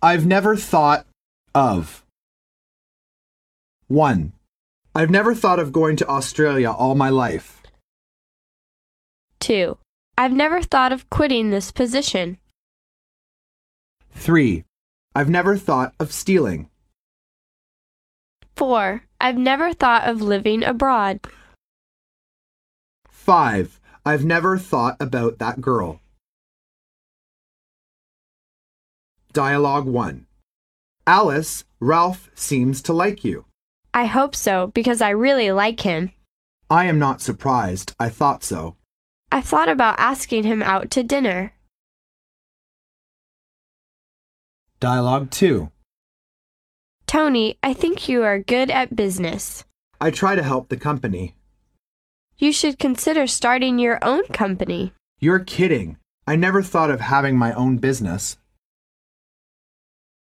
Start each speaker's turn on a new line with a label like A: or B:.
A: I've never thought of. One, I've never thought of going to Australia all my life.
B: 2. I've never thought of quitting this position.
A: Three, I've never thought of stealing.
B: 4. I've never thought of living abroad.
A: Five, I've never thought about that girl. Dialogue 1 Alice, Ralph seems to like you.
B: I hope so because I really like him.
A: I am not surprised. I thought so.
B: I thought about asking him out to dinner.
A: Dialogue 2
B: Tony, I think you are good at business.
A: I try to help the company.
B: You should consider starting your own company.
A: You're kidding. I never thought of having my own business.